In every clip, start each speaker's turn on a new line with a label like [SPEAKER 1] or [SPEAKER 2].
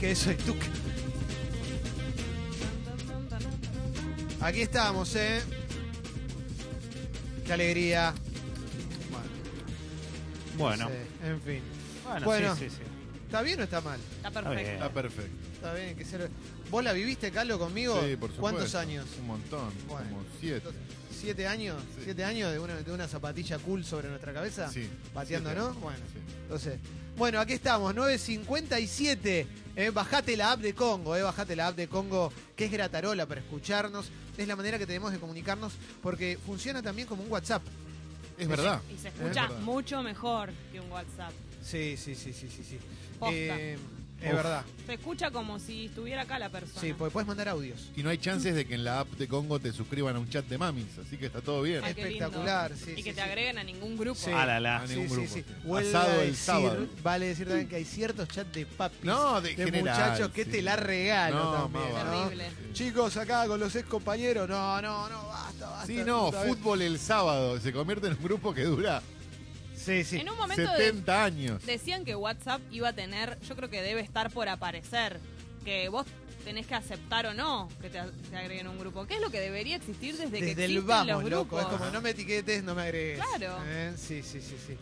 [SPEAKER 1] que soy tú. Aquí estamos, ¿eh? Qué alegría. Bueno,
[SPEAKER 2] Bueno,
[SPEAKER 1] no sé, en fin.
[SPEAKER 2] bueno,
[SPEAKER 1] Bueno.
[SPEAKER 2] sí, sí, sí.
[SPEAKER 1] ¿Está bien o está mal?
[SPEAKER 3] Está
[SPEAKER 2] bien.
[SPEAKER 3] perfecto.
[SPEAKER 2] Ah,
[SPEAKER 4] Está perfecto.
[SPEAKER 1] Está bien, hay que ser... ¿Vos la viviste, Carlos, conmigo?
[SPEAKER 4] Sí, por supuesto.
[SPEAKER 1] ¿Cuántos años?
[SPEAKER 4] Un montón,
[SPEAKER 1] Bueno.
[SPEAKER 4] como siete.
[SPEAKER 1] ¿Siete años?
[SPEAKER 4] Sí.
[SPEAKER 1] ¿Siete años de una, de una zapatilla cool sobre nuestra cabeza?
[SPEAKER 4] Sí.
[SPEAKER 1] Pateando,
[SPEAKER 4] Siete
[SPEAKER 1] ¿no?
[SPEAKER 4] años.
[SPEAKER 1] Bueno.
[SPEAKER 4] Sí.
[SPEAKER 1] Entonces, bueno, aquí estamos, 9.57. eh, bajate la app de Congo, eh, bajate la app de Congo, que es gratarola para escucharnos. Es la manera que tenemos de comunicarnos porque funciona también como un WhatsApp.
[SPEAKER 4] Es verdad.
[SPEAKER 3] Y se
[SPEAKER 4] Es
[SPEAKER 3] escucha
[SPEAKER 4] verdad.
[SPEAKER 3] mucho mejor que un WhatsApp.
[SPEAKER 1] Sí, sí, sí, sí, sí. sí.
[SPEAKER 3] Posta.
[SPEAKER 1] Eh, es
[SPEAKER 4] Uf.
[SPEAKER 1] verdad.
[SPEAKER 3] Se escucha como si estuviera acá la persona.
[SPEAKER 1] Sí, porque puedes mandar audios.
[SPEAKER 4] Y no hay chances de que en la app de Congo te suscriban a un chat de mamis, así que está todo bien.
[SPEAKER 3] Ay, qué lindo.
[SPEAKER 1] Espectacular, sí.
[SPEAKER 3] y
[SPEAKER 1] sí,
[SPEAKER 3] que
[SPEAKER 1] sí.
[SPEAKER 3] te agreguen a ningún grupo.
[SPEAKER 1] Sí.
[SPEAKER 2] Ah, la,
[SPEAKER 4] A
[SPEAKER 2] la.
[SPEAKER 1] Sí,
[SPEAKER 4] ningún
[SPEAKER 1] sí,
[SPEAKER 4] grupo.
[SPEAKER 1] sí.
[SPEAKER 4] Asado
[SPEAKER 1] Vuelve a
[SPEAKER 4] el
[SPEAKER 1] decir-
[SPEAKER 4] sábado.
[SPEAKER 1] Vale decir también que hay ciertos chats de papis.
[SPEAKER 4] No, de general,
[SPEAKER 1] muchachos este que
[SPEAKER 4] sí.
[SPEAKER 1] te la regalo
[SPEAKER 4] No,
[SPEAKER 1] también.
[SPEAKER 4] más
[SPEAKER 1] ¿no?
[SPEAKER 3] Terrible.
[SPEAKER 1] Chicos, acá con los ex compañeros. No, no, no, basta, basta.
[SPEAKER 4] Sí, no,
[SPEAKER 1] puta vez.
[SPEAKER 4] fútbol el sábado. Se convierte en un grupo que dura
[SPEAKER 1] Sí, sí.
[SPEAKER 3] En un momento de-
[SPEAKER 4] 70 años.
[SPEAKER 3] decían que WhatsApp iba a tener, yo creo que debe estar por aparecer, que vos tenés que aceptar o no que te, te agreguen a un grupo. ¿Qué es lo que debería existir desde, que
[SPEAKER 1] Desde el
[SPEAKER 3] existen los
[SPEAKER 1] vamos, loco.
[SPEAKER 3] grupos?
[SPEAKER 1] Es como no me etiquetes, no me agregues.
[SPEAKER 3] Claro.
[SPEAKER 1] Eh, Sí, sí, sí, sí.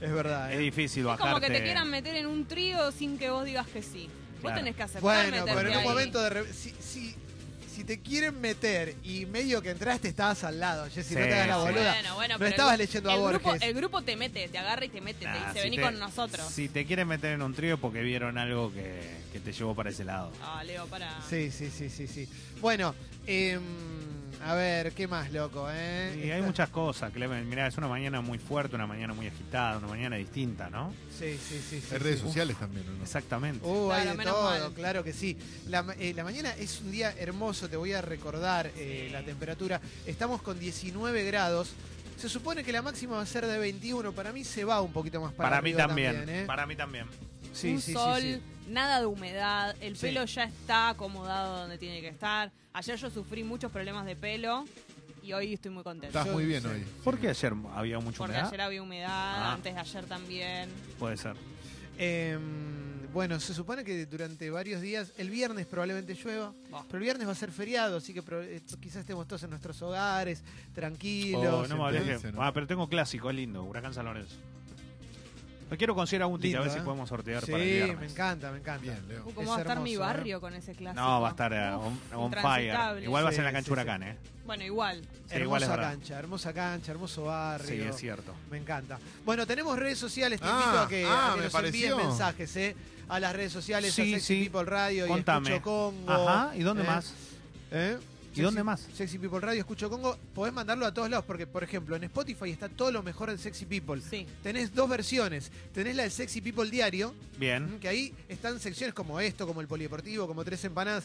[SPEAKER 1] Es verdad.
[SPEAKER 2] Es
[SPEAKER 1] eh.
[SPEAKER 2] difícil
[SPEAKER 3] Es
[SPEAKER 2] bajarte.
[SPEAKER 3] como que te quieran meter en un trío sin que vos digas que sí. Vos
[SPEAKER 2] Claro.
[SPEAKER 3] tenés que aceptar
[SPEAKER 1] Bueno,
[SPEAKER 3] meterte
[SPEAKER 1] pero en un
[SPEAKER 3] ahí.
[SPEAKER 1] momento de. re- Si, si, si te quieren meter y medio que entraste, estabas al lado, Jessy.
[SPEAKER 2] Sí,
[SPEAKER 1] no te hagas la
[SPEAKER 2] sí.
[SPEAKER 1] boluda.
[SPEAKER 3] Bueno, bueno,
[SPEAKER 1] no
[SPEAKER 3] pero el
[SPEAKER 1] estabas
[SPEAKER 3] gru-
[SPEAKER 1] leyendo a
[SPEAKER 3] el
[SPEAKER 1] Borges.
[SPEAKER 3] grupo, el grupo te mete, te agarra y te mete, te
[SPEAKER 2] Nah,
[SPEAKER 3] dice,
[SPEAKER 2] si
[SPEAKER 3] vení
[SPEAKER 2] te-
[SPEAKER 3] con nosotros.
[SPEAKER 2] Si te quieren meter en un trío porque vieron algo que, que te llevó para ese lado.
[SPEAKER 3] Ah, Leo, para.
[SPEAKER 1] Sí, sí, sí, sí, sí. Bueno, em, a ver, ¿qué más, loco? Eh?
[SPEAKER 2] Y hay
[SPEAKER 1] Esta-
[SPEAKER 2] muchas cosas, Clemen. Mirá, es una mañana muy fuerte, una mañana muy agitada, una mañana distinta, ¿no?
[SPEAKER 1] Sí, sí, sí. sí,
[SPEAKER 4] Hay redes
[SPEAKER 1] sí.
[SPEAKER 4] sociales también, ¿o ¿no?
[SPEAKER 2] Exactamente.
[SPEAKER 1] Uh, hay
[SPEAKER 3] Claro,
[SPEAKER 1] de
[SPEAKER 3] menos
[SPEAKER 1] todo,
[SPEAKER 3] mal.
[SPEAKER 1] claro que sí. La, ma- eh, la mañana es un día hermoso, te voy a recordar eh,
[SPEAKER 3] Sí.
[SPEAKER 1] la temperatura. Estamos con 19 grados. Se supone que la máxima va a ser de 21. Para mí se va un poquito más para,
[SPEAKER 2] para, mí
[SPEAKER 1] arriba
[SPEAKER 2] también.
[SPEAKER 1] ¿eh?
[SPEAKER 2] Para mí también.
[SPEAKER 1] Sí,
[SPEAKER 3] un
[SPEAKER 1] sí, sí,
[SPEAKER 3] sol,
[SPEAKER 1] sí.
[SPEAKER 3] nada de humedad, el
[SPEAKER 1] Sí.
[SPEAKER 3] pelo ya está acomodado donde tiene que estar. Ayer yo sufrí muchos problemas de pelo y hoy estoy muy contenta.
[SPEAKER 4] Estás muy bien
[SPEAKER 1] Sí.
[SPEAKER 4] hoy.
[SPEAKER 2] ¿Por qué ayer había mucha
[SPEAKER 3] Porque
[SPEAKER 2] humedad?
[SPEAKER 3] ayer había humedad,
[SPEAKER 2] Ah.
[SPEAKER 3] antes de ayer también.
[SPEAKER 2] Puede ser.
[SPEAKER 1] Em, bueno, se supone que durante varios días, el viernes probablemente llueva,
[SPEAKER 2] Ah.
[SPEAKER 3] Bah.
[SPEAKER 1] pero el viernes va a ser feriado, así que pro- eh, quizás estemos todos en nuestros hogares,
[SPEAKER 2] Oh,
[SPEAKER 1] tranquilos.
[SPEAKER 2] no me hables
[SPEAKER 4] sentencia,
[SPEAKER 2] que-
[SPEAKER 4] ¿no?
[SPEAKER 2] Ah, pero tengo clásico, es lindo, Huracán San Lorenzo. Lo quiero conseguir algún ticket, a
[SPEAKER 1] Lindo,
[SPEAKER 2] ver si
[SPEAKER 1] ¿eh?
[SPEAKER 2] podemos sortear
[SPEAKER 1] sí,
[SPEAKER 2] para el viernes.
[SPEAKER 1] me encanta, me encanta.
[SPEAKER 4] Bien, Leo.
[SPEAKER 3] Uh,
[SPEAKER 1] Es
[SPEAKER 3] ¿Cómo va a estar mi
[SPEAKER 1] hermoso, ¿eh?
[SPEAKER 3] barrio con ese clásico?
[SPEAKER 2] No, va a estar eh, on,
[SPEAKER 3] Uf,
[SPEAKER 2] on fire.
[SPEAKER 3] intransitable.
[SPEAKER 2] Igual va a ser en la
[SPEAKER 1] Sí,
[SPEAKER 2] cancha
[SPEAKER 1] sí,
[SPEAKER 2] Huracán, ¿eh?
[SPEAKER 3] Bueno, igual.
[SPEAKER 2] Sí, igual es
[SPEAKER 1] hermosa
[SPEAKER 2] verdad.
[SPEAKER 1] cancha, hermosa cancha, hermoso barrio.
[SPEAKER 2] Sí, es cierto.
[SPEAKER 1] Me encanta. Bueno, tenemos redes sociales, te
[SPEAKER 4] Ah,
[SPEAKER 1] invito a que, a
[SPEAKER 4] ah,
[SPEAKER 1] que
[SPEAKER 4] me
[SPEAKER 1] nos envíes
[SPEAKER 4] pareció.
[SPEAKER 1] mensajes, ¿eh? A las redes sociales,
[SPEAKER 2] Sí,
[SPEAKER 1] a Sexy
[SPEAKER 2] sí.
[SPEAKER 1] People Radio y
[SPEAKER 2] Contame.
[SPEAKER 1] Escucho Congo.
[SPEAKER 2] Ajá, ¿y dónde
[SPEAKER 1] ¿eh?
[SPEAKER 2] más?
[SPEAKER 1] ¿Eh?
[SPEAKER 2] ¿Y dónde más?
[SPEAKER 1] Sexy People Radio, Escucho Congo. Podés mandarlo a todos lados porque, por ejemplo, en Spotify está todo lo mejor de Sexy People.
[SPEAKER 3] Sí.
[SPEAKER 1] Tenés dos versiones. Tenés la de Sexy People Diario,
[SPEAKER 2] Bien.
[SPEAKER 1] que ahí están secciones como esto, como el polideportivo, como tres empanadas,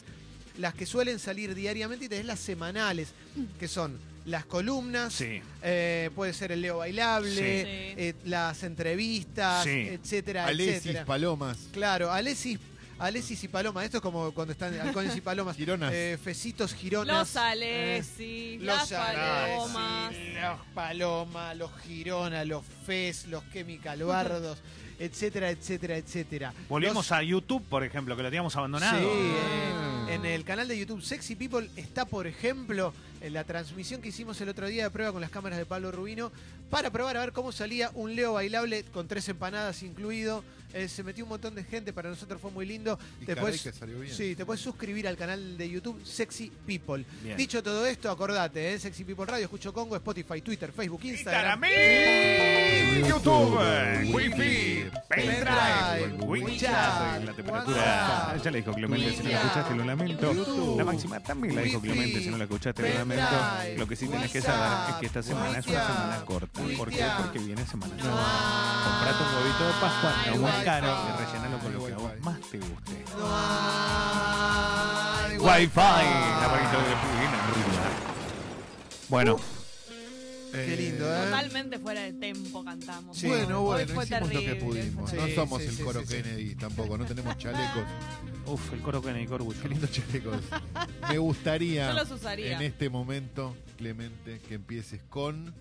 [SPEAKER 1] las que suelen salir diariamente y tenés las semanales, que son las columnas,
[SPEAKER 2] Sí.
[SPEAKER 1] eh, puede ser el Leo Bailable,
[SPEAKER 2] Sí.
[SPEAKER 1] eh, las entrevistas,
[SPEAKER 2] Sí.
[SPEAKER 1] etcétera,
[SPEAKER 4] Alexis,
[SPEAKER 1] etcétera.
[SPEAKER 4] Palomas.
[SPEAKER 1] Claro, Alexis, Alexis y Paloma, esto es como cuando están halcones y palomas,
[SPEAKER 4] Gironas.
[SPEAKER 1] eh, fecitos, gironas.
[SPEAKER 3] Los
[SPEAKER 1] eh,
[SPEAKER 3] Alessi, las
[SPEAKER 1] los Alexis,
[SPEAKER 3] palomas.
[SPEAKER 1] los palomas, los gironas, los fes, los chemical bardos, etcétera, etcétera, etcétera.
[SPEAKER 2] Volvimos
[SPEAKER 1] Los-
[SPEAKER 2] a YouTube, por ejemplo, que lo teníamos abandonado.
[SPEAKER 1] Sí,
[SPEAKER 4] Ah.
[SPEAKER 1] eh, en el canal de YouTube Sexy People está, por ejemplo, en la transmisión que hicimos el otro día de prueba con las cámaras de Pablo Rubino para probar a ver cómo salía un Leo bailable con tres empanadas incluido. Eh, se metió un montón de gente, para nosotros fue muy lindo.
[SPEAKER 4] Y
[SPEAKER 1] Te
[SPEAKER 4] caray
[SPEAKER 1] puedes-
[SPEAKER 4] que salió bien.
[SPEAKER 1] Sí, te puedes suscribir al canal de YouTube Sexy People.
[SPEAKER 2] Bien.
[SPEAKER 1] Dicho todo esto, acordate, ¿eh? Sexy People Radio, Escucho Congo, Spotify, Twitter, Facebook, Instagram.
[SPEAKER 2] Instagram, YouTube, Wi-Fi,
[SPEAKER 1] Pendrive,
[SPEAKER 2] Pendrive, WeChat. La temperatura.
[SPEAKER 1] WhatsApp,
[SPEAKER 2] Ya la dijo Clemente, si no la escuchaste lo lamento.
[SPEAKER 1] YouTube,
[SPEAKER 2] La máxima también la dijo
[SPEAKER 1] Wi-Fi,
[SPEAKER 2] Clemente, si no la escuchaste lo
[SPEAKER 1] Pendrive,
[SPEAKER 2] lamento. Lo que sí tienes que
[SPEAKER 1] WhatsApp,
[SPEAKER 2] saber es que esta semana es una
[SPEAKER 1] WhatsApp,
[SPEAKER 2] semana corta. ¿Por qué?
[SPEAKER 1] WhatsApp.
[SPEAKER 2] Porque viene semana
[SPEAKER 1] No.
[SPEAKER 2] santa. Comprate un huevito de Pascua,
[SPEAKER 1] Ay,
[SPEAKER 2] no muy
[SPEAKER 1] Wi-Fi.
[SPEAKER 2] caro, y rellenalo con lo
[SPEAKER 4] Ay,
[SPEAKER 2] que a vos
[SPEAKER 4] Wi-Fi.
[SPEAKER 2] más te guste.
[SPEAKER 1] No hay Ah.
[SPEAKER 2] Wi-Fi, Ah, la varita de Pudín. Bueno,
[SPEAKER 1] Qué lindo, ¿eh?
[SPEAKER 3] Totalmente fuera de tempo cantamos.
[SPEAKER 1] Sí.
[SPEAKER 4] Bueno,
[SPEAKER 3] Hoy
[SPEAKER 4] bueno,
[SPEAKER 3] fue
[SPEAKER 4] hicimos lo
[SPEAKER 3] terrible,
[SPEAKER 4] que pudimos.
[SPEAKER 3] fue
[SPEAKER 4] no
[SPEAKER 1] terrible.
[SPEAKER 4] somos
[SPEAKER 1] Sí, sí,
[SPEAKER 4] el coro
[SPEAKER 1] sí, sí.
[SPEAKER 4] Kennedy tampoco, no tenemos chalecos.
[SPEAKER 2] uff, el coro Kennedy, qué orgullo.
[SPEAKER 4] Qué lindos chalecos. Me gustaría
[SPEAKER 3] Yo los usaría.
[SPEAKER 4] en este momento, Clemente, que empieces con.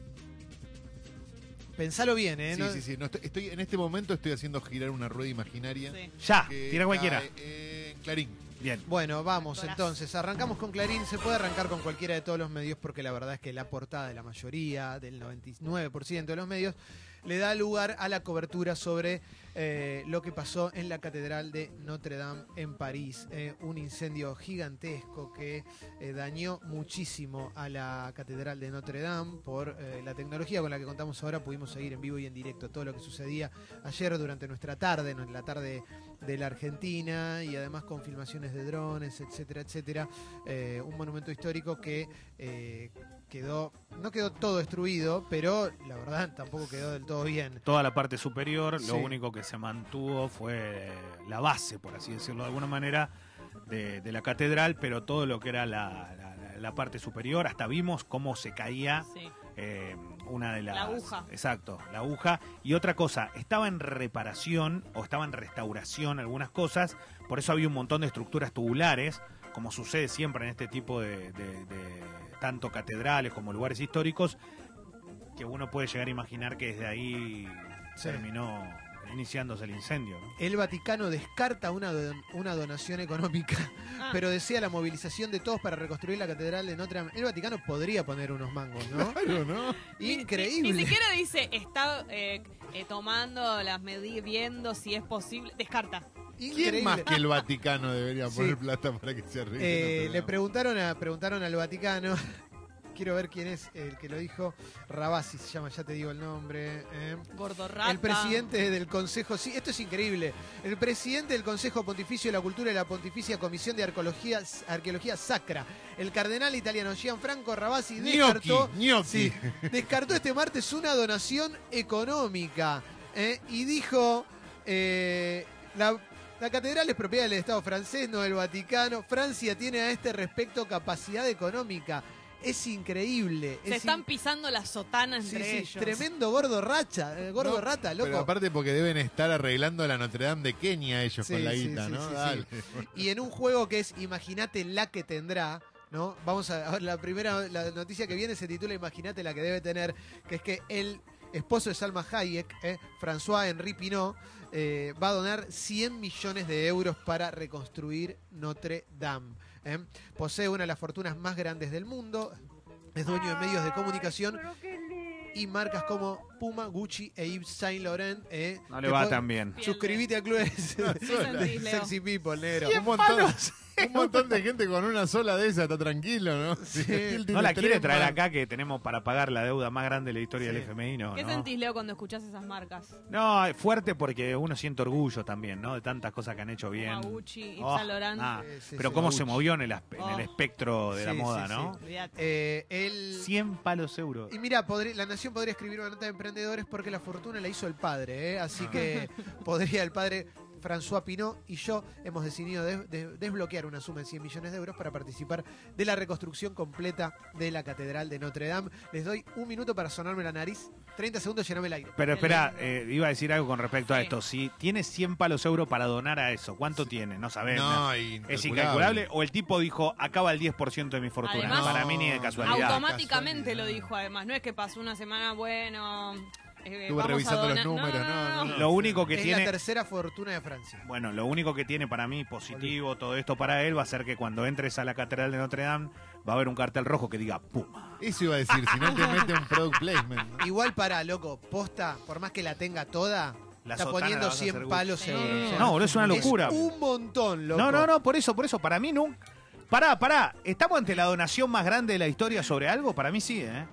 [SPEAKER 1] Pensalo bien, ¿eh?
[SPEAKER 4] Sí,
[SPEAKER 1] No-
[SPEAKER 4] sí, sí. no, estoy, estoy- en este momento estoy haciendo girar una rueda imaginaria.
[SPEAKER 3] Sí.
[SPEAKER 2] Ya,
[SPEAKER 4] que
[SPEAKER 2] tira cualquiera.
[SPEAKER 4] cae en Clarín.
[SPEAKER 2] Bien.
[SPEAKER 1] Bueno, vamos
[SPEAKER 3] Actorazo.
[SPEAKER 1] entonces. Arrancamos con Clarín. Se puede arrancar con cualquiera de todos los medios porque la verdad es que la portada de la mayoría, del 99% de los medios, le da lugar a la cobertura sobre eh, lo que pasó en la Catedral de Notre Dame en París. Eh, un incendio gigantesco que eh, dañó muchísimo a la Catedral de Notre Dame por eh, la tecnología con la que contamos ahora. Pudimos seguir en vivo y en directo todo lo que sucedía ayer durante nuestra tarde, en la tarde de la Argentina y además con filmaciones de drones, etcétera, etcétera. Eh, un monumento histórico que eh, quedó, no quedó todo destruido, pero la verdad tampoco quedó del todo bien.
[SPEAKER 2] Toda la parte superior,
[SPEAKER 1] Sí.
[SPEAKER 2] lo único que se mantuvo fue la base, por así decirlo de alguna manera, de, de la catedral, pero todo lo que era la, la- la- la parte superior, hasta vimos cómo se caía
[SPEAKER 3] Sí.
[SPEAKER 2] eh, una de las...
[SPEAKER 3] La aguja.
[SPEAKER 2] Exacto, la aguja. Y otra cosa, estaba en reparación o estaba en restauración algunas cosas, por eso había un montón de estructuras tubulares, como sucede siempre en este tipo de, de- de tanto catedrales como lugares históricos, que uno puede llegar a imaginar que desde ahí
[SPEAKER 1] Sí.
[SPEAKER 2] terminó iniciándose el incendio. ¿no?
[SPEAKER 1] El Vaticano descarta una, don- una donación económica,
[SPEAKER 3] Ah,
[SPEAKER 1] pero desea la movilización de todos para reconstruir la Catedral de Notre Dame. El Vaticano podría poner unos mangos, ¿no?
[SPEAKER 4] Claro, ¿no?
[SPEAKER 3] ni-
[SPEAKER 1] Increíble.
[SPEAKER 3] Ni, ni siquiera dice, está eh, eh, tomando las medidas, viendo si es posible. Descarta.
[SPEAKER 1] Increíble.
[SPEAKER 4] ¿Quién más que el Vaticano debería
[SPEAKER 1] Sí.
[SPEAKER 4] poner plata para que se arregle?
[SPEAKER 1] Eh,
[SPEAKER 4] Notre
[SPEAKER 1] le
[SPEAKER 4] Dame?
[SPEAKER 1] preguntaron a preguntaron al Vaticano. Quiero ver quién es el que lo dijo. Rabasi se llama, ya te digo el nombre. ¿eh?
[SPEAKER 3] Gordorrata.
[SPEAKER 1] El presidente del Consejo, sí, esto es increíble. El presidente del Consejo Pontificio de la Cultura de la Pontificia Comisión de Arqueología, Arqueología Sacra, el cardenal italiano Gianfranco Rabasi
[SPEAKER 4] Gnocchi,
[SPEAKER 1] descartó,
[SPEAKER 4] Gnocchi.
[SPEAKER 1] sí, descartó este martes una donación económica ¿eh? y dijo, eh, la, la catedral es propiedad del Estado francés, no del Vaticano. Francia tiene a este respecto capacidad económica. Es increíble.
[SPEAKER 3] Se
[SPEAKER 1] es
[SPEAKER 3] están
[SPEAKER 1] in-
[SPEAKER 3] pisando la sotana
[SPEAKER 1] Sí,
[SPEAKER 3] entre
[SPEAKER 1] sí,
[SPEAKER 3] ellos.
[SPEAKER 1] tremendo gordo racha, eh, gordo
[SPEAKER 4] No,
[SPEAKER 1] rata,
[SPEAKER 4] Pero
[SPEAKER 1] loco.
[SPEAKER 4] aparte porque deben estar arreglando la Notre Dame de Kenia ellos
[SPEAKER 1] Sí,
[SPEAKER 4] con la
[SPEAKER 1] sí,
[SPEAKER 4] guita,
[SPEAKER 1] sí,
[SPEAKER 4] ¿no?
[SPEAKER 1] sí, sí.
[SPEAKER 4] Dale.
[SPEAKER 1] Y en un juego que es Imagínate la que tendrá, ¿no? Vamos a a ver, la primera la noticia que viene se titula Imagínate la que debe tener, que es que el esposo de Salma Hayek, eh, François Henri Pinot, eh, va a donar 100 millones de euros para reconstruir Notre Dame. ¿eh? Posee una de las fortunas más grandes del mundo, es dueño de medios de comunicación y marcas como Puma, Gucci e Yves Saint Laurent. eh.
[SPEAKER 2] No le
[SPEAKER 1] Te
[SPEAKER 2] va
[SPEAKER 1] pod-
[SPEAKER 2] tan bien.
[SPEAKER 3] Piel de-
[SPEAKER 1] Suscribite al club de-
[SPEAKER 3] ¿Qué sentís, Leo?
[SPEAKER 1] Sexy People, negro.
[SPEAKER 4] un, montón, un montón de gente con una sola de esas está tranquilo, ¿no?
[SPEAKER 1] Sí.
[SPEAKER 4] Hilton
[SPEAKER 2] No la quiere
[SPEAKER 4] Stremman.
[SPEAKER 2] traer acá que tenemos para pagar la deuda más grande de la historia
[SPEAKER 1] Sí.
[SPEAKER 2] del FMI, ¿no?
[SPEAKER 3] ¿Qué
[SPEAKER 2] ¿no?
[SPEAKER 3] sentís, Leo, cuando escuchás esas marcas?
[SPEAKER 2] No, es fuerte porque uno siente orgullo también, ¿no? De tantas cosas que han hecho bien.
[SPEAKER 3] Como Gucci, Yves
[SPEAKER 2] Oh,
[SPEAKER 3] Saint Laurent.
[SPEAKER 2] ah,
[SPEAKER 1] Sí, sí,
[SPEAKER 2] pero
[SPEAKER 1] sí.
[SPEAKER 2] cómo se movió en el, aspe- en
[SPEAKER 3] Oh.
[SPEAKER 2] el espectro de la
[SPEAKER 1] Sí,
[SPEAKER 2] moda,
[SPEAKER 1] sí,
[SPEAKER 2] ¿no?
[SPEAKER 3] Olvídate.
[SPEAKER 1] Eh, él-
[SPEAKER 2] 100 palos euros.
[SPEAKER 1] Y mira, podri- la Nación podría escribir una nota de emprendedores porque la fortuna la hizo el padre, ¿eh? así
[SPEAKER 4] Ah.
[SPEAKER 1] que podría el padre François Pinot y yo hemos decidido des- de- desbloquear una suma de 100 millones de euros para participar de la reconstrucción completa de la Catedral de Notre Dame. Les doy un minuto para sonarme la nariz, 30 segundos llenarme el aire.
[SPEAKER 2] Pero
[SPEAKER 3] Qué
[SPEAKER 2] espera,
[SPEAKER 3] lindo.
[SPEAKER 2] eh, iba a decir algo con respecto a
[SPEAKER 3] Sí.
[SPEAKER 2] esto. Si tiene 100 palos euros para donar a eso, ¿cuánto tiene? No sabemos.
[SPEAKER 4] No,
[SPEAKER 2] es incalculable. Eh, O el tipo dijo, acaba el 10% de mi fortuna.
[SPEAKER 3] Además-
[SPEAKER 2] para mí ni de
[SPEAKER 4] No.
[SPEAKER 2] casualidad.
[SPEAKER 3] Automáticamente
[SPEAKER 4] Casualidad.
[SPEAKER 3] lo dijo, además. No es que pasó una semana, bueno. eh,
[SPEAKER 4] Estuve
[SPEAKER 3] vamos a
[SPEAKER 4] revisando los
[SPEAKER 3] donar- no,
[SPEAKER 4] números,
[SPEAKER 3] no, no, no.
[SPEAKER 2] Lo único que
[SPEAKER 1] es
[SPEAKER 2] tiene-
[SPEAKER 1] la tercera fortuna de Francia.
[SPEAKER 2] Bueno, lo único que tiene para mí positivo todo esto para él va a ser que cuando entres a la Catedral de Notre Dame va a haber un cartel rojo que diga Puma.
[SPEAKER 4] Eso iba a decir, si no te mete un product placement. ¿no?
[SPEAKER 1] Igual para, loco, posta, por más que la tenga toda,
[SPEAKER 2] La
[SPEAKER 1] está
[SPEAKER 2] sotana la
[SPEAKER 1] poniendo
[SPEAKER 2] vas a hacer
[SPEAKER 1] 100 palos
[SPEAKER 3] Gucci.
[SPEAKER 1] euros.
[SPEAKER 3] No, no,
[SPEAKER 1] O sea,
[SPEAKER 2] No, boludo, es una
[SPEAKER 1] es
[SPEAKER 2] locura.
[SPEAKER 1] un montón, loco.
[SPEAKER 2] No, no, no, por eso, por eso, para mí nunca. Pará, pará, ¿estamos ante la donación más grande de la historia sobre algo? Para mí sí, ¿eh?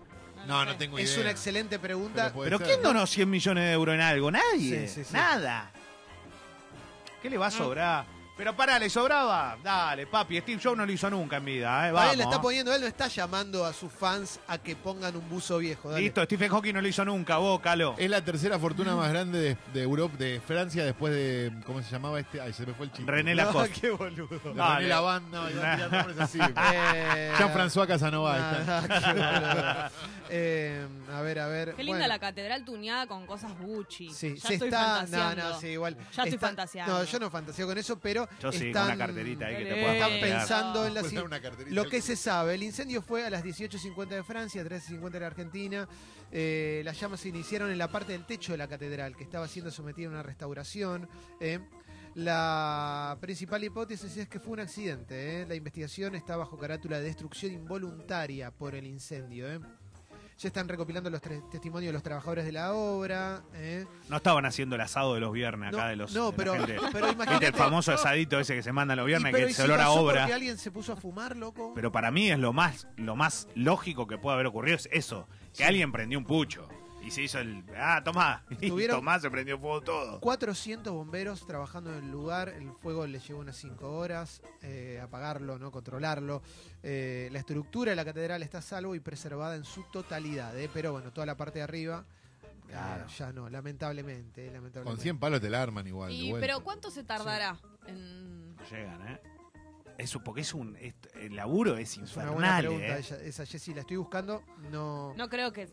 [SPEAKER 4] No,
[SPEAKER 3] sé.
[SPEAKER 4] no tengo idea.
[SPEAKER 1] Es una excelente pregunta.
[SPEAKER 4] Pero puede
[SPEAKER 2] Pero pues,
[SPEAKER 4] ser,
[SPEAKER 2] ¿quién
[SPEAKER 4] ¿no?
[SPEAKER 2] donó 100 millones de euros en algo? Nadie.
[SPEAKER 1] Sí, sí, sí.
[SPEAKER 2] Nada. ¿Qué le va a sobrar? Pero pará, ¿le sobraba? Dale, papi, Steve Jobs no lo hizo nunca en vida, ¿eh?
[SPEAKER 1] Para
[SPEAKER 2] Vamos.
[SPEAKER 1] él la está poniendo, él no está llamando a sus fans a que pongan un buzo viejo. dale. Eh.
[SPEAKER 2] Listo, Stephen Hawking no lo hizo nunca, vos, Calo.
[SPEAKER 4] Es la tercera fortuna más grande de, de Europa, de Francia, después de. ¿Cómo se llamaba este? Ay, se me fue el chiste.
[SPEAKER 2] René
[SPEAKER 4] De
[SPEAKER 1] No,
[SPEAKER 2] Lacoste.
[SPEAKER 1] qué boludo.
[SPEAKER 2] Dale.
[SPEAKER 4] René Lavand, no, iba a tirar nombres así.
[SPEAKER 2] Ah,
[SPEAKER 1] Eh,
[SPEAKER 4] Jean-François Casanova. ahí está.
[SPEAKER 1] ah, qué boludo. Eh, a ver, a ver.
[SPEAKER 3] Qué linda
[SPEAKER 1] bueno.
[SPEAKER 3] la catedral tuneada con cosas Gucci.
[SPEAKER 1] Sí,
[SPEAKER 3] ya
[SPEAKER 1] se
[SPEAKER 3] estoy
[SPEAKER 1] está. No,
[SPEAKER 3] fantaseando.
[SPEAKER 1] no, sí, igual.
[SPEAKER 3] Ya estoy
[SPEAKER 1] Está-
[SPEAKER 3] fantaseando.
[SPEAKER 1] No, yo no fantaseo con eso, pero.
[SPEAKER 2] Yo sí, con
[SPEAKER 1] están,
[SPEAKER 2] una carterita ahí que te
[SPEAKER 3] Dale.
[SPEAKER 2] puedas
[SPEAKER 1] Están
[SPEAKER 3] Eh,
[SPEAKER 2] pegar.
[SPEAKER 1] pensando en la.
[SPEAKER 4] Puede
[SPEAKER 1] si-
[SPEAKER 4] ser una carterita.
[SPEAKER 1] Lo que se sabe, el incendio fue a las 18.50 de Francia, 13.50 de la Argentina. Eh, las llamas se iniciaron en la parte del techo de la catedral, que estaba siendo sometida a una restauración. eh. La principal hipótesis es que fue un accidente. ¿eh? La investigación está bajo carátula de destrucción involuntaria por el incendio. ¿eh? Ya están recopilando los tres- testimonios de los trabajadores de la obra. ¿eh?
[SPEAKER 2] No estaban haciendo el asado de los viernes acá
[SPEAKER 1] No,
[SPEAKER 2] de los.
[SPEAKER 1] no,
[SPEAKER 2] de la
[SPEAKER 1] pero,
[SPEAKER 2] gente.
[SPEAKER 1] pero
[SPEAKER 2] ¿Viste
[SPEAKER 1] imagínate.
[SPEAKER 2] el famoso asadito ese que se manda los viernes,
[SPEAKER 1] Y,
[SPEAKER 2] que
[SPEAKER 1] pero, ¿y si
[SPEAKER 2] se olor a
[SPEAKER 1] pasó
[SPEAKER 2] obra.
[SPEAKER 1] Porque alguien se puso a fumar, loco.
[SPEAKER 2] Pero para mí es lo más, lo más lógico que puede haber ocurrido es eso, que alguien prendió un pucho y se hizo el ah, tomá, y
[SPEAKER 1] Tuvieron-
[SPEAKER 2] tomá, se prendió fuego todo.
[SPEAKER 1] 400 bomberos trabajando en el lugar, el fuego le llevó unas 5 horas, eh, apagarlo, no controlarlo. Eh, la estructura de la catedral está a salvo y preservada en su totalidad, eh, pero bueno, toda la parte de arriba eh,
[SPEAKER 2] Claro.
[SPEAKER 1] ya no, lamentablemente, eh, lamentablemente.
[SPEAKER 4] Con 100 palos te la arman igual. de
[SPEAKER 3] Y,
[SPEAKER 4] vuelta.
[SPEAKER 3] pero ¿cuánto se tardará en...?
[SPEAKER 2] Llegan, ¿eh? Eso porque es un es- el laburo es
[SPEAKER 1] es una buena
[SPEAKER 2] infernal,
[SPEAKER 1] pregunta
[SPEAKER 2] ¿eh?
[SPEAKER 1] esa- esa Jessy, la estoy buscando, no...
[SPEAKER 3] No creo que...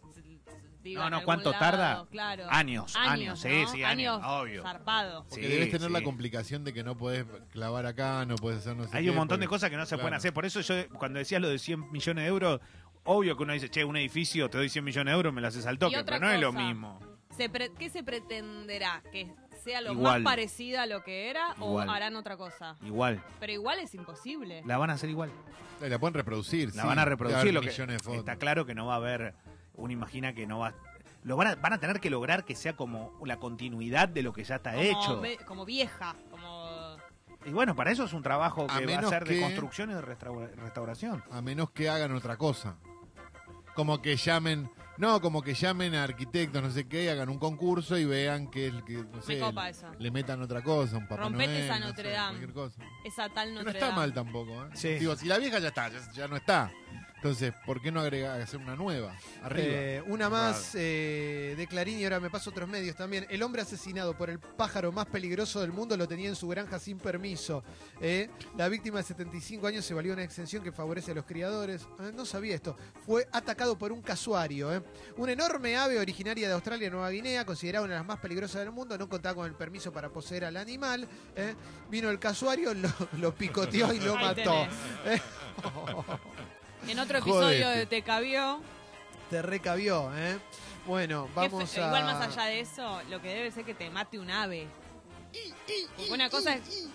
[SPEAKER 2] No, no, ¿cuánto tarda?
[SPEAKER 3] Claro.
[SPEAKER 2] Años, años, sí,
[SPEAKER 3] ¿no?
[SPEAKER 2] sí, años, obvio.
[SPEAKER 3] zarpado.
[SPEAKER 4] Porque
[SPEAKER 2] Sí,
[SPEAKER 4] debes tener
[SPEAKER 2] sí.
[SPEAKER 4] la complicación de que no podés clavar acá, no podés hacer no sé
[SPEAKER 2] Hay
[SPEAKER 4] qué,
[SPEAKER 2] un montón
[SPEAKER 4] porque-
[SPEAKER 2] de cosas que no se pueden
[SPEAKER 4] Claro.
[SPEAKER 2] hacer, por eso yo cuando decías lo de 100 millones de euros, obvio que uno dice, "Che, un edificio te doy 100 millones de euros, me lo haces al toque",
[SPEAKER 3] otra
[SPEAKER 2] pero no es lo
[SPEAKER 3] cosa.
[SPEAKER 2] mismo.
[SPEAKER 3] ¿Se pre- ¿Qué se pretenderá? ¿Que sea lo
[SPEAKER 2] Igual.
[SPEAKER 3] más parecida a lo que era
[SPEAKER 2] Igual.
[SPEAKER 3] o harán otra cosa?
[SPEAKER 2] Igual,
[SPEAKER 3] Pero igual es imposible.
[SPEAKER 2] la van a hacer igual.
[SPEAKER 4] Eh, La pueden reproducir.
[SPEAKER 2] La
[SPEAKER 4] sí,
[SPEAKER 2] van a
[SPEAKER 4] debe
[SPEAKER 2] reproducir.
[SPEAKER 4] haber
[SPEAKER 2] Lo que
[SPEAKER 4] millones de fotos.
[SPEAKER 2] está claro que no va a haber. Uno imagina que no va. Lo van a, van a tener que lograr que sea como la continuidad de lo que ya está
[SPEAKER 3] Como
[SPEAKER 2] hecho.
[SPEAKER 3] ve- como vieja, como...
[SPEAKER 2] Y bueno, para eso es un trabajo
[SPEAKER 4] A
[SPEAKER 2] que va a
[SPEAKER 4] menos
[SPEAKER 2] ser de
[SPEAKER 4] que-
[SPEAKER 2] construcción y de restaura- restauración.
[SPEAKER 4] A menos que hagan otra cosa. Como que llamen. No, como que llamen a arquitectos, no sé qué, hagan un concurso y vean que el que. No sé,
[SPEAKER 3] copa
[SPEAKER 4] le-
[SPEAKER 3] eso.
[SPEAKER 4] Le metan otra cosa, un papá
[SPEAKER 3] Rompete
[SPEAKER 4] Noel,
[SPEAKER 3] esa
[SPEAKER 4] no sé,
[SPEAKER 3] Notre Dame.
[SPEAKER 4] cualquier cosa.
[SPEAKER 3] Esa tal
[SPEAKER 4] Que
[SPEAKER 3] Notre
[SPEAKER 4] No está
[SPEAKER 3] Dame.
[SPEAKER 4] mal tampoco, ¿eh?
[SPEAKER 2] Sí.
[SPEAKER 4] Digo, si la vieja ya está, ya, ya no está. Entonces, ¿por qué no agregar, hacer una nueva? Arriba.
[SPEAKER 1] Eh, una más eh, de Clarín y ahora me paso a otros medios también. El hombre asesinado por el pájaro más peligroso del mundo lo tenía en su granja sin permiso. ¿eh? La víctima de 75 años se valió una exención que favorece a los criadores. Ah, no sabía esto. Fue atacado por un casuario. ¿eh? Una enorme ave originaria de Australia y Nueva Guinea, considerada una de las más peligrosas del mundo, no contaba con el permiso para poseer al animal. ¿eh? Vino el casuario, lo, lo picoteó y lo
[SPEAKER 3] Ahí
[SPEAKER 1] mató. ¿eh? Oh.
[SPEAKER 3] En otro episodio
[SPEAKER 4] Jodete.
[SPEAKER 3] de Te Cabió.
[SPEAKER 1] Te recabió, ¿eh? Bueno,
[SPEAKER 3] que
[SPEAKER 1] vamos
[SPEAKER 3] fe-
[SPEAKER 1] a...
[SPEAKER 3] Igual más allá de eso, lo que debe ser que te mate un ave. Porque una cosa es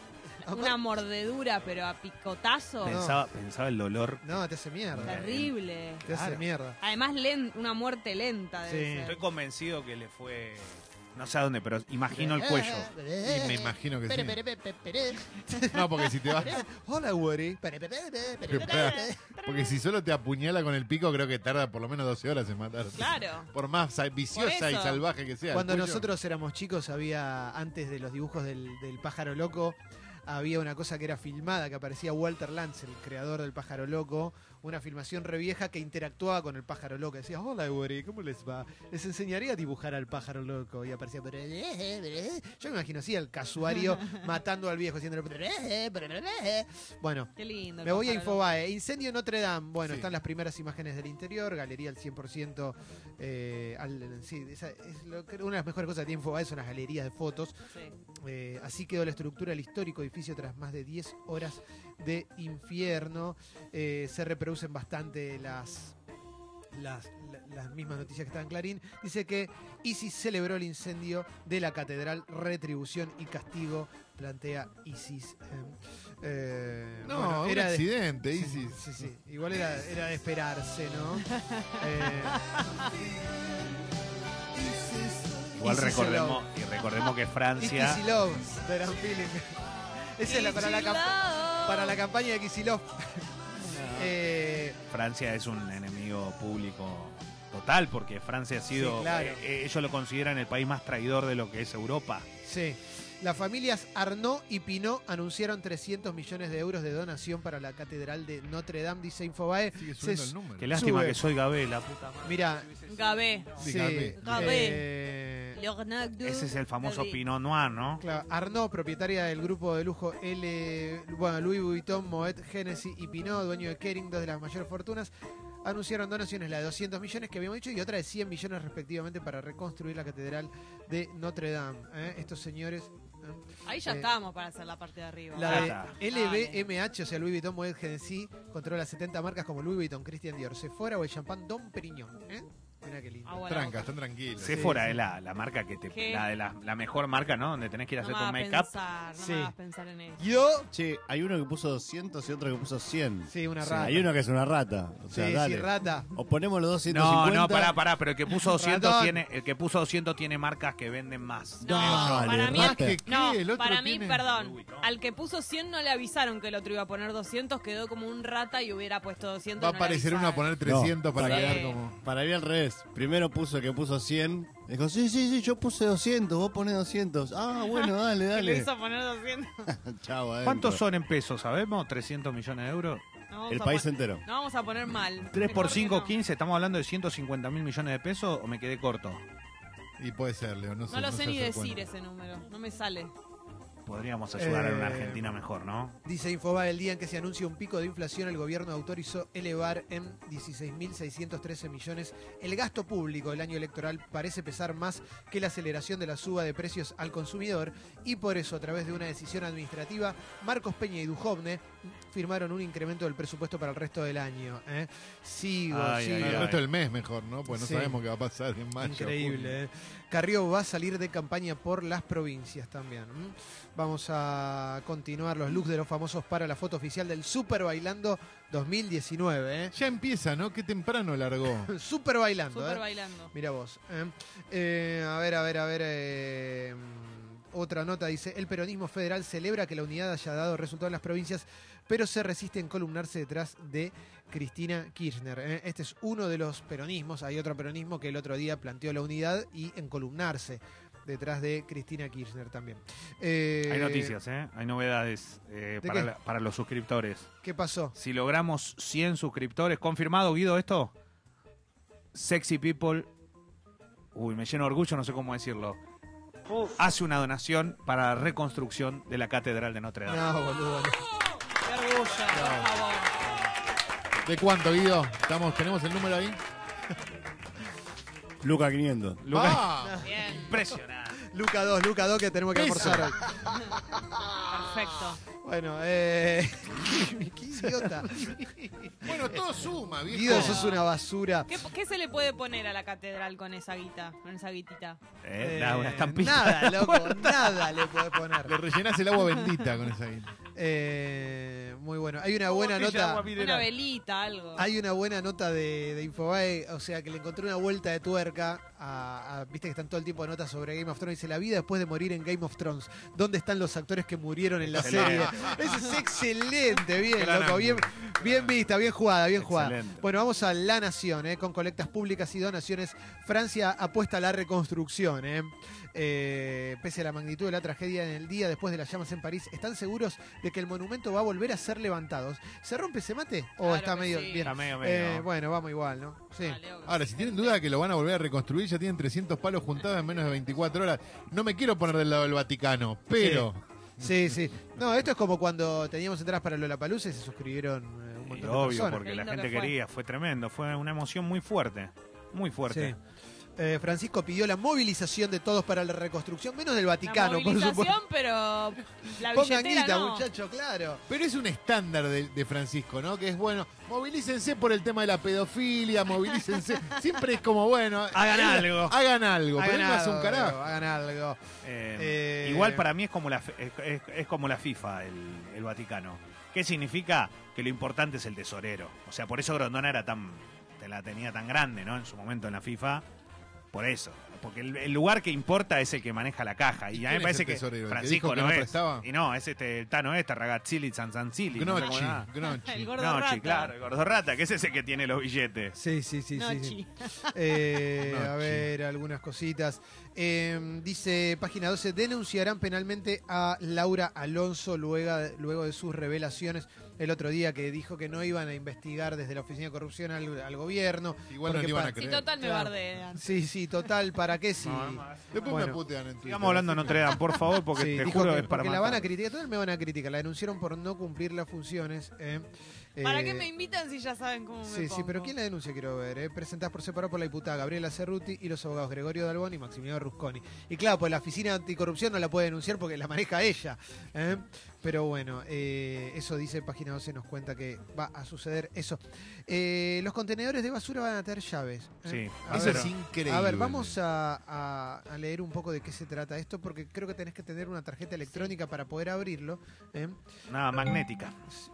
[SPEAKER 3] una mordedura, pero a picotazo.
[SPEAKER 1] No.
[SPEAKER 2] Pensaba, pensaba el dolor.
[SPEAKER 1] No, te hace mierda.
[SPEAKER 3] Terrible.
[SPEAKER 1] Te hace
[SPEAKER 2] Claro.
[SPEAKER 1] mierda.
[SPEAKER 3] Además, len- una muerte lenta
[SPEAKER 1] Sí.
[SPEAKER 3] debe
[SPEAKER 2] Estoy
[SPEAKER 3] ser.
[SPEAKER 2] convencido que le fue. No sé a dónde, pero imagino
[SPEAKER 4] Eh,
[SPEAKER 2] el cuello.
[SPEAKER 1] Eh,
[SPEAKER 4] Y me imagino que sí.
[SPEAKER 5] Pere, pere, pere, pere.
[SPEAKER 4] No, porque si te vas.
[SPEAKER 1] Hola, Woody.
[SPEAKER 5] Pere, pere, pere, pere.
[SPEAKER 4] Pero espera, porque si solo te apuñala con el pico, creo que tarda por lo menos 12 horas en matarte.
[SPEAKER 3] Claro.
[SPEAKER 4] Por más sa- viciosa
[SPEAKER 3] Por
[SPEAKER 4] y
[SPEAKER 3] eso.
[SPEAKER 4] salvaje que sea. el
[SPEAKER 1] Cuando
[SPEAKER 4] cuello.
[SPEAKER 1] nosotros éramos chicos había, antes de los dibujos del, del pájaro loco, había una cosa que era filmada, que aparecía Walter Lance, el creador del pájaro loco, una filmación revieja que interactuaba con el pájaro loco. Decía, hola, Woody, ¿cómo les va? Les enseñaría a dibujar al pájaro loco. Y aparecía, "Pero, eh, eh". yo me imagino así al casuario matando al viejo, haciéndole, "Pero, eh, pero, eh". bueno,
[SPEAKER 3] Qué lindo.
[SPEAKER 1] Me voy a
[SPEAKER 3] compararlo.
[SPEAKER 1] Infobae. Incendio en Notre Dame. Bueno,
[SPEAKER 4] Sí.
[SPEAKER 1] están las primeras imágenes del interior. Galería al 100%. eh, al- sí, esa es lo que- una de las mejores cosas que tiene Infobae son las galerías de fotos.
[SPEAKER 3] Sí.
[SPEAKER 1] Eh, así quedó la estructura del histórico edificio tras más de 10 horas de infierno. Eh, se reproducen bastante las, las, la- las mismas noticias que están en Clarín. Dice que ISIS celebró el incendio de la catedral. Retribución y castigo plantea ISIS. Eh, eh,
[SPEAKER 4] No,
[SPEAKER 1] bueno,
[SPEAKER 4] un
[SPEAKER 1] era de-
[SPEAKER 4] accidente,
[SPEAKER 1] Sí,
[SPEAKER 4] Isis.
[SPEAKER 1] sí, sí. Igual era, era de esperarse, ¿no? Eh,
[SPEAKER 2] Igual
[SPEAKER 1] Easy
[SPEAKER 2] recordemos, y recordemos que Francia.
[SPEAKER 1] Kissy Love, de Gran Feeling. Esa es la, para, la, camp- para la campaña de Kissy Love. Eh,
[SPEAKER 2] Francia es un enemigo público total, porque Francia ha sido.
[SPEAKER 1] Sí, claro.
[SPEAKER 2] eh, eh, ellos lo consideran el país más traidor de lo que es Europa.
[SPEAKER 1] sí. Las familias Arnaud y Pinot anunciaron 300 millones de euros de donación para la Catedral de Notre Dame, dice Infobae.
[SPEAKER 4] Sigue subiendo
[SPEAKER 1] Se-
[SPEAKER 4] el número.
[SPEAKER 2] Qué lástima
[SPEAKER 1] Sube.
[SPEAKER 2] que soy Gabela, puta madre.
[SPEAKER 1] Mira,
[SPEAKER 3] Gabé.
[SPEAKER 4] Sí,
[SPEAKER 1] sí,
[SPEAKER 4] Gabe.
[SPEAKER 1] eh,
[SPEAKER 3] Leonardo
[SPEAKER 2] Ese es el famoso
[SPEAKER 3] Gabi.
[SPEAKER 2] Pinot Noir, ¿no?
[SPEAKER 1] Claro, Arnaud, propietaria del grupo de lujo L, bueno, Louis Vuitton, Moet, Genesis y Pinot, dueño de Kering, dos de las mayores fortunas, anunciaron donaciones, la de 200 millones que habíamos dicho y otra de 100 millones respectivamente para reconstruir la catedral de Notre Dame. ¿eh? Estos señores... ¿eh?
[SPEAKER 3] Ahí ya
[SPEAKER 1] Eh,
[SPEAKER 3] estábamos para hacer la parte de arriba.
[SPEAKER 1] La de E
[SPEAKER 2] Ah,
[SPEAKER 1] LVMH, o sea, Louis Vuitton, Moet, Genesis, controla 70 marcas como Louis Vuitton, Christian Dior, Sephora o el champán Don Periñón. ¿eh? Mirá qué lindo.
[SPEAKER 3] Agua a la
[SPEAKER 4] Tranca,
[SPEAKER 3] boca.
[SPEAKER 4] están tranquilos.
[SPEAKER 1] Sí,
[SPEAKER 2] Sephora
[SPEAKER 1] sí.
[SPEAKER 2] es la, la marca que te.
[SPEAKER 3] ¿Qué?
[SPEAKER 2] La, de la, la mejor marca, ¿no? Donde tenés que ir a
[SPEAKER 3] No me
[SPEAKER 2] hacer tu make-up.
[SPEAKER 3] hagas pensar, no
[SPEAKER 5] Sí.
[SPEAKER 3] me hagas pensar en eso.
[SPEAKER 5] Yo, che, hay uno que puso 200 y otro que puso 100.
[SPEAKER 1] Sí, una
[SPEAKER 5] O sea,
[SPEAKER 1] rata.
[SPEAKER 5] Hay uno que es una rata. O sea,
[SPEAKER 1] sí,
[SPEAKER 5] dale.
[SPEAKER 1] sí, rata.
[SPEAKER 5] O ponemos los 250.
[SPEAKER 2] No, no, pará, pará, pero el que puso 200
[SPEAKER 1] Ratón.
[SPEAKER 2] tiene, el que puso 200 tiene marcas que venden más.
[SPEAKER 3] No,
[SPEAKER 5] Dale,
[SPEAKER 3] para mí-
[SPEAKER 4] Más
[SPEAKER 5] rata.
[SPEAKER 4] que
[SPEAKER 3] No,
[SPEAKER 4] qué, el otro
[SPEAKER 3] para mí,
[SPEAKER 4] tiene-
[SPEAKER 3] perdón.
[SPEAKER 2] Uy, no.
[SPEAKER 3] Al que puso 100 no le avisaron que el otro iba a poner 200, quedó como un rata y hubiera puesto 200.
[SPEAKER 4] Va a
[SPEAKER 3] no le
[SPEAKER 4] aparecer uno a
[SPEAKER 3] avisaron.
[SPEAKER 4] poner 300 para
[SPEAKER 5] para-
[SPEAKER 4] quedar
[SPEAKER 3] Sí.
[SPEAKER 4] como.
[SPEAKER 5] Para mí al revés. Primero puso el que puso 100. Dijo, sí, sí, sí, yo puse 200, vos ponés 200. Ah, bueno, dale,
[SPEAKER 3] Que le
[SPEAKER 5] dale.
[SPEAKER 3] hizo poner 200.
[SPEAKER 5] Chau, adentro.
[SPEAKER 2] ¿Cuántos son en pesos, sabemos? ¿300 millones de euros?
[SPEAKER 3] No vamos
[SPEAKER 5] El
[SPEAKER 3] a
[SPEAKER 5] país
[SPEAKER 3] pon-
[SPEAKER 5] entero.
[SPEAKER 3] No vamos a poner mal.
[SPEAKER 2] 3 por
[SPEAKER 3] Mejor que
[SPEAKER 2] 5,
[SPEAKER 3] no.
[SPEAKER 2] 15. ¿Estamos hablando de 150 mil millones de pesos o me quedé corto?
[SPEAKER 4] Y puede ser, Leo. No, sé,
[SPEAKER 3] No lo sé ni
[SPEAKER 4] hacer
[SPEAKER 3] decir
[SPEAKER 4] cuenta.
[SPEAKER 3] ese número, no me sale.
[SPEAKER 2] Podríamos ayudar a una
[SPEAKER 1] Eh,
[SPEAKER 2] Argentina mejor, ¿no?
[SPEAKER 1] Dice Infobae, el día en que se anuncia un pico de inflación, el gobierno autorizó elevar en 16.613 millones el gasto público. El año electoral parece pesar más que la aceleración de la suba de precios al consumidor y por eso, a través de una decisión administrativa, Marcos Peña y Dujovne firmaron un incremento del presupuesto para el resto del año. ¿eh? Sigo,
[SPEAKER 2] Ay,
[SPEAKER 1] sigo.
[SPEAKER 2] ay,
[SPEAKER 4] El
[SPEAKER 2] ay.
[SPEAKER 4] resto del mes mejor, ¿no? Pues no
[SPEAKER 1] Sí.
[SPEAKER 4] sabemos qué va a pasar en mayo. junio.
[SPEAKER 1] Increíble. ¿eh? Carrió va a salir de campaña por las provincias también. ¿m? Vamos a continuar los looks de los famosos para la foto oficial del Super Bailando 2019. ¿eh?
[SPEAKER 4] Ya empieza, ¿no? Qué temprano largó.
[SPEAKER 1] Super Bailando.
[SPEAKER 3] Súper
[SPEAKER 1] ¿eh?
[SPEAKER 3] bailando.
[SPEAKER 1] Mira vos. ¿eh? Eh, a ver, a ver, a ver. eh, Otra nota dice, el peronismo federal celebra que la unidad haya dado resultado en las provincias, pero se resiste en columnarse detrás de Cristina Kirchner. ¿eh? Este es uno de los peronismos, hay otro peronismo que el otro día planteó la unidad y encolumnarse detrás de Cristina Kirchner también. Eh,
[SPEAKER 2] Hay noticias, ¿eh? Hay novedades eh,
[SPEAKER 1] ¿de
[SPEAKER 2] para,
[SPEAKER 1] qué?
[SPEAKER 2] la- para los suscriptores.
[SPEAKER 1] ¿Qué pasó?
[SPEAKER 2] Si logramos 100 suscriptores, ¿confirmado, Guido, esto? Sexy People. Uy, me lleno de orgullo, no sé cómo decirlo. Hace una donación para la reconstrucción de la Catedral de Notre Dame.
[SPEAKER 1] No, boludo. no.
[SPEAKER 3] Qué orgullo, por favor.
[SPEAKER 4] ¿De cuánto, Guido? Estamos, ¿Tenemos el número ahí?
[SPEAKER 5] Luca 500.
[SPEAKER 2] Lucas-
[SPEAKER 4] ¡Ah!
[SPEAKER 3] Bien,
[SPEAKER 2] Impresionante.
[SPEAKER 1] Luca 2, Luca 2 que tenemos que
[SPEAKER 4] Eso.
[SPEAKER 1] reforzar hoy.
[SPEAKER 3] perfecto.
[SPEAKER 1] Bueno, eh... qué idiota.
[SPEAKER 4] Bueno, todo suma, viejo.
[SPEAKER 1] Guido, sos una basura.
[SPEAKER 3] ¿Qué, qué se le puede poner a la catedral con esa guita, con esa guitita?
[SPEAKER 2] Eh, da una estampita.
[SPEAKER 1] Nada, loco, nada le podés
[SPEAKER 4] Le
[SPEAKER 1] poner.
[SPEAKER 4] rellenás el agua bendita con esa guita.
[SPEAKER 1] Eh, muy bueno. Hay
[SPEAKER 2] Oh,
[SPEAKER 1] una buena nota.
[SPEAKER 3] Una velita, algo.
[SPEAKER 1] Hay una buena nota de, de Infobae, o sea que le encontré una vuelta de tuerca a, a- viste que están todo el tiempo de notas sobre Game of Thrones. Dice la vida después de morir en Game of Thrones. ¿Dónde están los actores que murieron en la serie?
[SPEAKER 2] Excelente.
[SPEAKER 1] Eso es excelente, bien,
[SPEAKER 2] Gran
[SPEAKER 1] loco, bien, bien vista, bien jugada, bien jugada.
[SPEAKER 2] Excelente.
[SPEAKER 1] Bueno, vamos a La Nación, eh, con colectas públicas y donaciones. Francia apuesta a la reconstrucción, eh. Eh, pese a la magnitud de la tragedia en el día después de las llamas en París, ¿están seguros de que el monumento va a volver a ser levantado? ¿Se rompe ese mate? ¿O
[SPEAKER 3] Claro
[SPEAKER 1] está
[SPEAKER 3] que
[SPEAKER 1] medio
[SPEAKER 3] sí.
[SPEAKER 1] bien?
[SPEAKER 2] Está medio, medio.
[SPEAKER 1] Eh, bueno, vamos igual, ¿no? Sí.
[SPEAKER 3] Dale, obvio.
[SPEAKER 4] Ahora, si tienen duda de que lo van a volver a reconstruir, ya tienen 300 palos juntados en menos de 24 horas. No me quiero poner del lado del Vaticano, pero...
[SPEAKER 1] Sí, sí. No, esto es como cuando teníamos entradas para Lollapalooza y se suscribieron eh, un
[SPEAKER 2] Y
[SPEAKER 1] montón de
[SPEAKER 2] obvio,
[SPEAKER 1] personas.
[SPEAKER 2] porque
[SPEAKER 3] Qué
[SPEAKER 2] la
[SPEAKER 3] lindo
[SPEAKER 2] gente
[SPEAKER 3] que fue.
[SPEAKER 2] quería, fue tremendo, fue una emoción muy fuerte, muy fuerte.
[SPEAKER 1] Sí. Eh, Francisco pidió la movilización de todos para la reconstrucción, menos del Vaticano,
[SPEAKER 3] la
[SPEAKER 1] por
[SPEAKER 3] movilización,
[SPEAKER 1] supuesto.
[SPEAKER 3] pero la
[SPEAKER 1] Pongan
[SPEAKER 3] billetera
[SPEAKER 1] guita,
[SPEAKER 3] no.
[SPEAKER 1] muchachos, claro.
[SPEAKER 4] Pero es un estándar de, de Francisco, ¿no? Que es bueno, movilícense por el tema de la pedofilia, movilícense. Siempre es como, bueno.
[SPEAKER 2] Hagan
[SPEAKER 4] eh,
[SPEAKER 2] algo.
[SPEAKER 4] Hagan algo, pero él no hace un carajo.
[SPEAKER 1] hagan algo.
[SPEAKER 2] Eh,
[SPEAKER 1] Eh,
[SPEAKER 2] igual para mí es como la, fe- es, es- es como la FIFA, el, el Vaticano. ¿Qué significa? Que lo importante es el tesorero. O sea, por eso Grondona era tan, te la tenía tan grande, ¿no? En su momento en la FIFA. Por eso. Porque el, el lugar que importa es el que maneja la caja.
[SPEAKER 4] ¿Y
[SPEAKER 2] Y,
[SPEAKER 4] quién
[SPEAKER 2] a mí
[SPEAKER 4] es
[SPEAKER 2] me parece
[SPEAKER 4] el
[SPEAKER 2] que
[SPEAKER 4] tesorero? ¿El que
[SPEAKER 2] Francisco
[SPEAKER 4] dijo que
[SPEAKER 2] no,
[SPEAKER 4] no
[SPEAKER 2] es.
[SPEAKER 4] prestaba?
[SPEAKER 2] Y no, es este, el Tano este, Ragazzili, Zanzanzili. no sé cómo
[SPEAKER 4] Gnochi,
[SPEAKER 2] nada.
[SPEAKER 3] El
[SPEAKER 4] Gnochi.
[SPEAKER 3] gordo
[SPEAKER 2] Nochi,
[SPEAKER 3] rata.
[SPEAKER 2] claro, el gordo rata, que es ese que tiene los billetes.
[SPEAKER 1] Sí, sí, sí, sí, sí.
[SPEAKER 3] Nochi.
[SPEAKER 1] Eh, a
[SPEAKER 4] Noche.
[SPEAKER 1] ver, algunas cositas. Eh, dice página 12, denunciarán penalmente a Laura Alonso luego, luego de sus revelaciones el otro día que dijo que no iban a investigar desde la Oficina de Corrupción al, al gobierno.
[SPEAKER 4] Igual no
[SPEAKER 1] Porque
[SPEAKER 4] le iban
[SPEAKER 1] pa-
[SPEAKER 4] a
[SPEAKER 3] Sí,
[SPEAKER 4] creer.
[SPEAKER 3] total me
[SPEAKER 1] Claro.
[SPEAKER 3] bardean.
[SPEAKER 1] Sí, sí, total, ¿para qué si...?
[SPEAKER 4] Después
[SPEAKER 1] Bueno.
[SPEAKER 4] me putean en Twitter.
[SPEAKER 2] Sigamos hablando de Notre Dame, por favor, porque
[SPEAKER 1] Sí,
[SPEAKER 2] te
[SPEAKER 1] dijo
[SPEAKER 2] juro
[SPEAKER 1] que
[SPEAKER 2] que es para
[SPEAKER 1] porque la van a
[SPEAKER 2] matar.
[SPEAKER 1] criticar, todos me van a criticar, la denunciaron por no cumplir las funciones. eh.
[SPEAKER 3] ¿Para
[SPEAKER 1] Eh,
[SPEAKER 3] qué me invitan si ya saben cómo me
[SPEAKER 1] Sí, sí, pero
[SPEAKER 3] pongo?
[SPEAKER 1] ¿quién la denuncia quiero ver? Eh? Presentadas por separado por la diputada Gabriela Cerruti y los abogados Gregorio Dalbón y Maximiliano Rusconi. Y claro, pues la oficina anticorrupción no la puede denunciar porque la maneja ella. ¿eh? Pero bueno, eh, eso dice Página 12, nos cuenta que va a suceder eso. Eh, los contenedores de basura van a tener llaves. ¿eh?
[SPEAKER 2] Sí.
[SPEAKER 1] A
[SPEAKER 4] Eso
[SPEAKER 1] ver,
[SPEAKER 4] es increíble.
[SPEAKER 1] a ver, vamos a, a- a leer un poco de qué se trata esto, porque creo que tenés que tener una tarjeta electrónica para poder abrirlo. ¿eh?
[SPEAKER 2] Nada, magnética.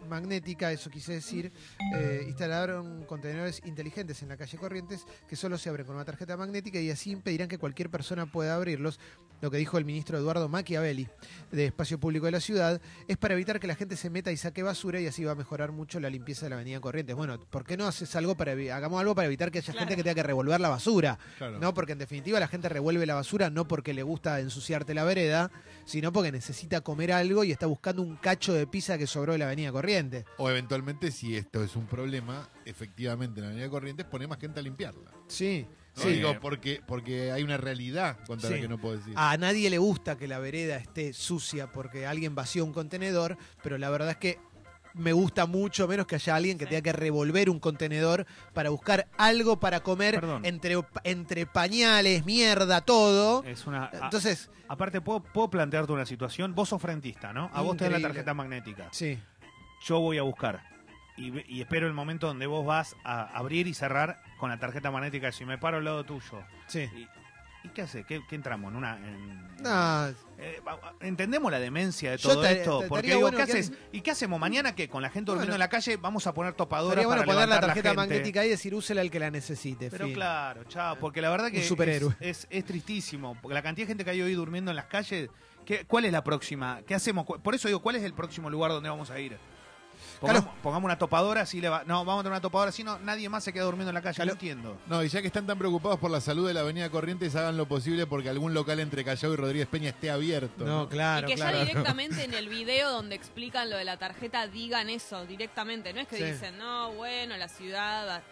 [SPEAKER 1] magnética, eso quise decir, eh, instalaron contenedores inteligentes en la calle Corrientes que solo se abren con una tarjeta magnética y así impedirán que cualquier persona pueda abrirlos, lo que dijo el ministro Eduardo Machiavelli de Espacio Público de la Ciudad, es para evitar que la gente se meta y saque basura y así va a mejorar mucho la limpieza de la avenida Corrientes. Bueno, ¿por qué no haces algo para evi- hagamos algo para evitar que haya
[SPEAKER 3] Claro.
[SPEAKER 1] gente que tenga que revolver la basura?
[SPEAKER 4] Claro.
[SPEAKER 1] No, porque en definitiva la gente revuelve la basura no porque le gusta ensuciarte la vereda, sino porque necesita comer algo y está buscando un cacho de pizza que sobró de la avenida Corriente.
[SPEAKER 4] O eventualmente, si esto es un problema, efectivamente en la Avenida Corrientes pone más gente a limpiarla. ¿no?
[SPEAKER 1] Sí.
[SPEAKER 2] Sí.
[SPEAKER 4] Digo, porque, porque hay una realidad contra
[SPEAKER 1] Sí.
[SPEAKER 4] la que no puedo decir.
[SPEAKER 1] A nadie le gusta que la vereda esté sucia porque alguien vació un contenedor, pero la verdad es que me gusta mucho menos que haya alguien que
[SPEAKER 3] Sí.
[SPEAKER 1] tenga que revolver un contenedor para buscar algo para comer
[SPEAKER 2] Perdón.
[SPEAKER 1] entre, entre pañales, mierda, todo.
[SPEAKER 2] Es una. a-
[SPEAKER 1] Entonces,
[SPEAKER 2] aparte, ¿puedo, puedo plantearte una situación. Vos sos frentista, ¿no? A vos te dan la
[SPEAKER 1] Increíble.
[SPEAKER 2] tarjeta magnética.
[SPEAKER 1] sí.
[SPEAKER 2] Yo voy a buscar. Y, ve- y espero el momento donde vos vas a abrir y cerrar con la tarjeta magnética. Si me paro al lado tuyo.
[SPEAKER 1] Sí.
[SPEAKER 2] ¿Y, y qué hace? ¿Qué, qué entramos? ¿En una.? en-
[SPEAKER 1] No,
[SPEAKER 2] Eh, va- va- entendemos la demencia de
[SPEAKER 1] Yo
[SPEAKER 2] todo
[SPEAKER 1] ta-
[SPEAKER 2] esto.
[SPEAKER 1] ta-
[SPEAKER 2] Porque
[SPEAKER 1] estaría
[SPEAKER 2] digo,
[SPEAKER 1] bueno
[SPEAKER 2] ¿qué
[SPEAKER 1] que
[SPEAKER 2] haces?
[SPEAKER 1] al-
[SPEAKER 2] ¿Y qué hacemos? ¿Mañana que Con la gente durmiendo
[SPEAKER 1] Bueno.
[SPEAKER 2] en la calle, vamos a poner topadoras
[SPEAKER 1] Estaría
[SPEAKER 2] para
[SPEAKER 1] bueno poner la
[SPEAKER 2] levantar
[SPEAKER 1] tarjeta
[SPEAKER 2] gente?
[SPEAKER 1] magnética ahí y decir, úsela el que la necesite.
[SPEAKER 2] Pero
[SPEAKER 1] fin.
[SPEAKER 2] claro, chao, porque la verdad que
[SPEAKER 1] Este Eh, Un superhéroe.
[SPEAKER 2] Es, es, es tristísimo, porque la cantidad de gente que hay hoy durmiendo en las calles, ¿qué- ¿cuál es la próxima? ¿Qué hacemos? Cu- Por eso digo, ¿cuál es el próximo lugar donde vamos a ir? Pongamos, pongamos una topadora, así le va. No, vamos a tener una topadora, si no, nadie más se queda durmiendo en la calle,
[SPEAKER 1] Calo-
[SPEAKER 2] no entiendo.
[SPEAKER 4] No, y ya que están tan preocupados por la salud de la Avenida Corrientes, hagan lo posible porque algún local entre Callao y Rodríguez Peña esté abierto.
[SPEAKER 1] No, claro,
[SPEAKER 3] y que
[SPEAKER 1] claro.
[SPEAKER 3] ya directamente en el video donde explican lo de la tarjeta digan eso directamente. No es que
[SPEAKER 1] Sí.
[SPEAKER 3] dicen, no, bueno, la ciudad. va-".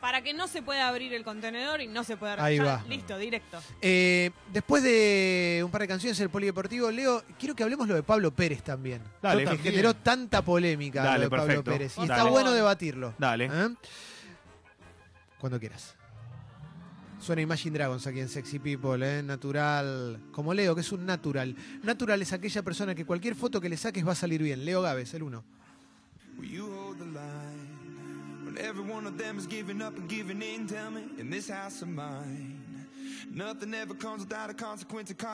[SPEAKER 3] Para que no se pueda abrir el contenedor y no se pueda.
[SPEAKER 1] Ahí
[SPEAKER 3] ya,
[SPEAKER 1] va.
[SPEAKER 3] Listo, directo.
[SPEAKER 1] Eh, después de un par de canciones del Polideportivo, Leo, quiero que hablemos lo de Pablo Pérez también.
[SPEAKER 2] Dale,
[SPEAKER 1] Yo también.
[SPEAKER 4] también.
[SPEAKER 1] generó tanta polémica
[SPEAKER 2] Dale,
[SPEAKER 1] lo de Pablo
[SPEAKER 2] perfecto.
[SPEAKER 1] Pérez. Y
[SPEAKER 3] Por
[SPEAKER 1] está
[SPEAKER 3] favor.
[SPEAKER 1] bueno debatirlo.
[SPEAKER 2] Dale.
[SPEAKER 1] ¿Eh? Cuando quieras. Suena Imagine Dragons aquí en Sexy People, ¿eh? Natural. Como Leo, que es un natural. Natural es aquella persona que cualquier foto que le saques va a salir bien. Leo Gávez, el uno.
[SPEAKER 6] Will you hold the line when every one of them is giving up and giving in? Tell me, in this house of mine, nothing ever comes without a consequence of cost.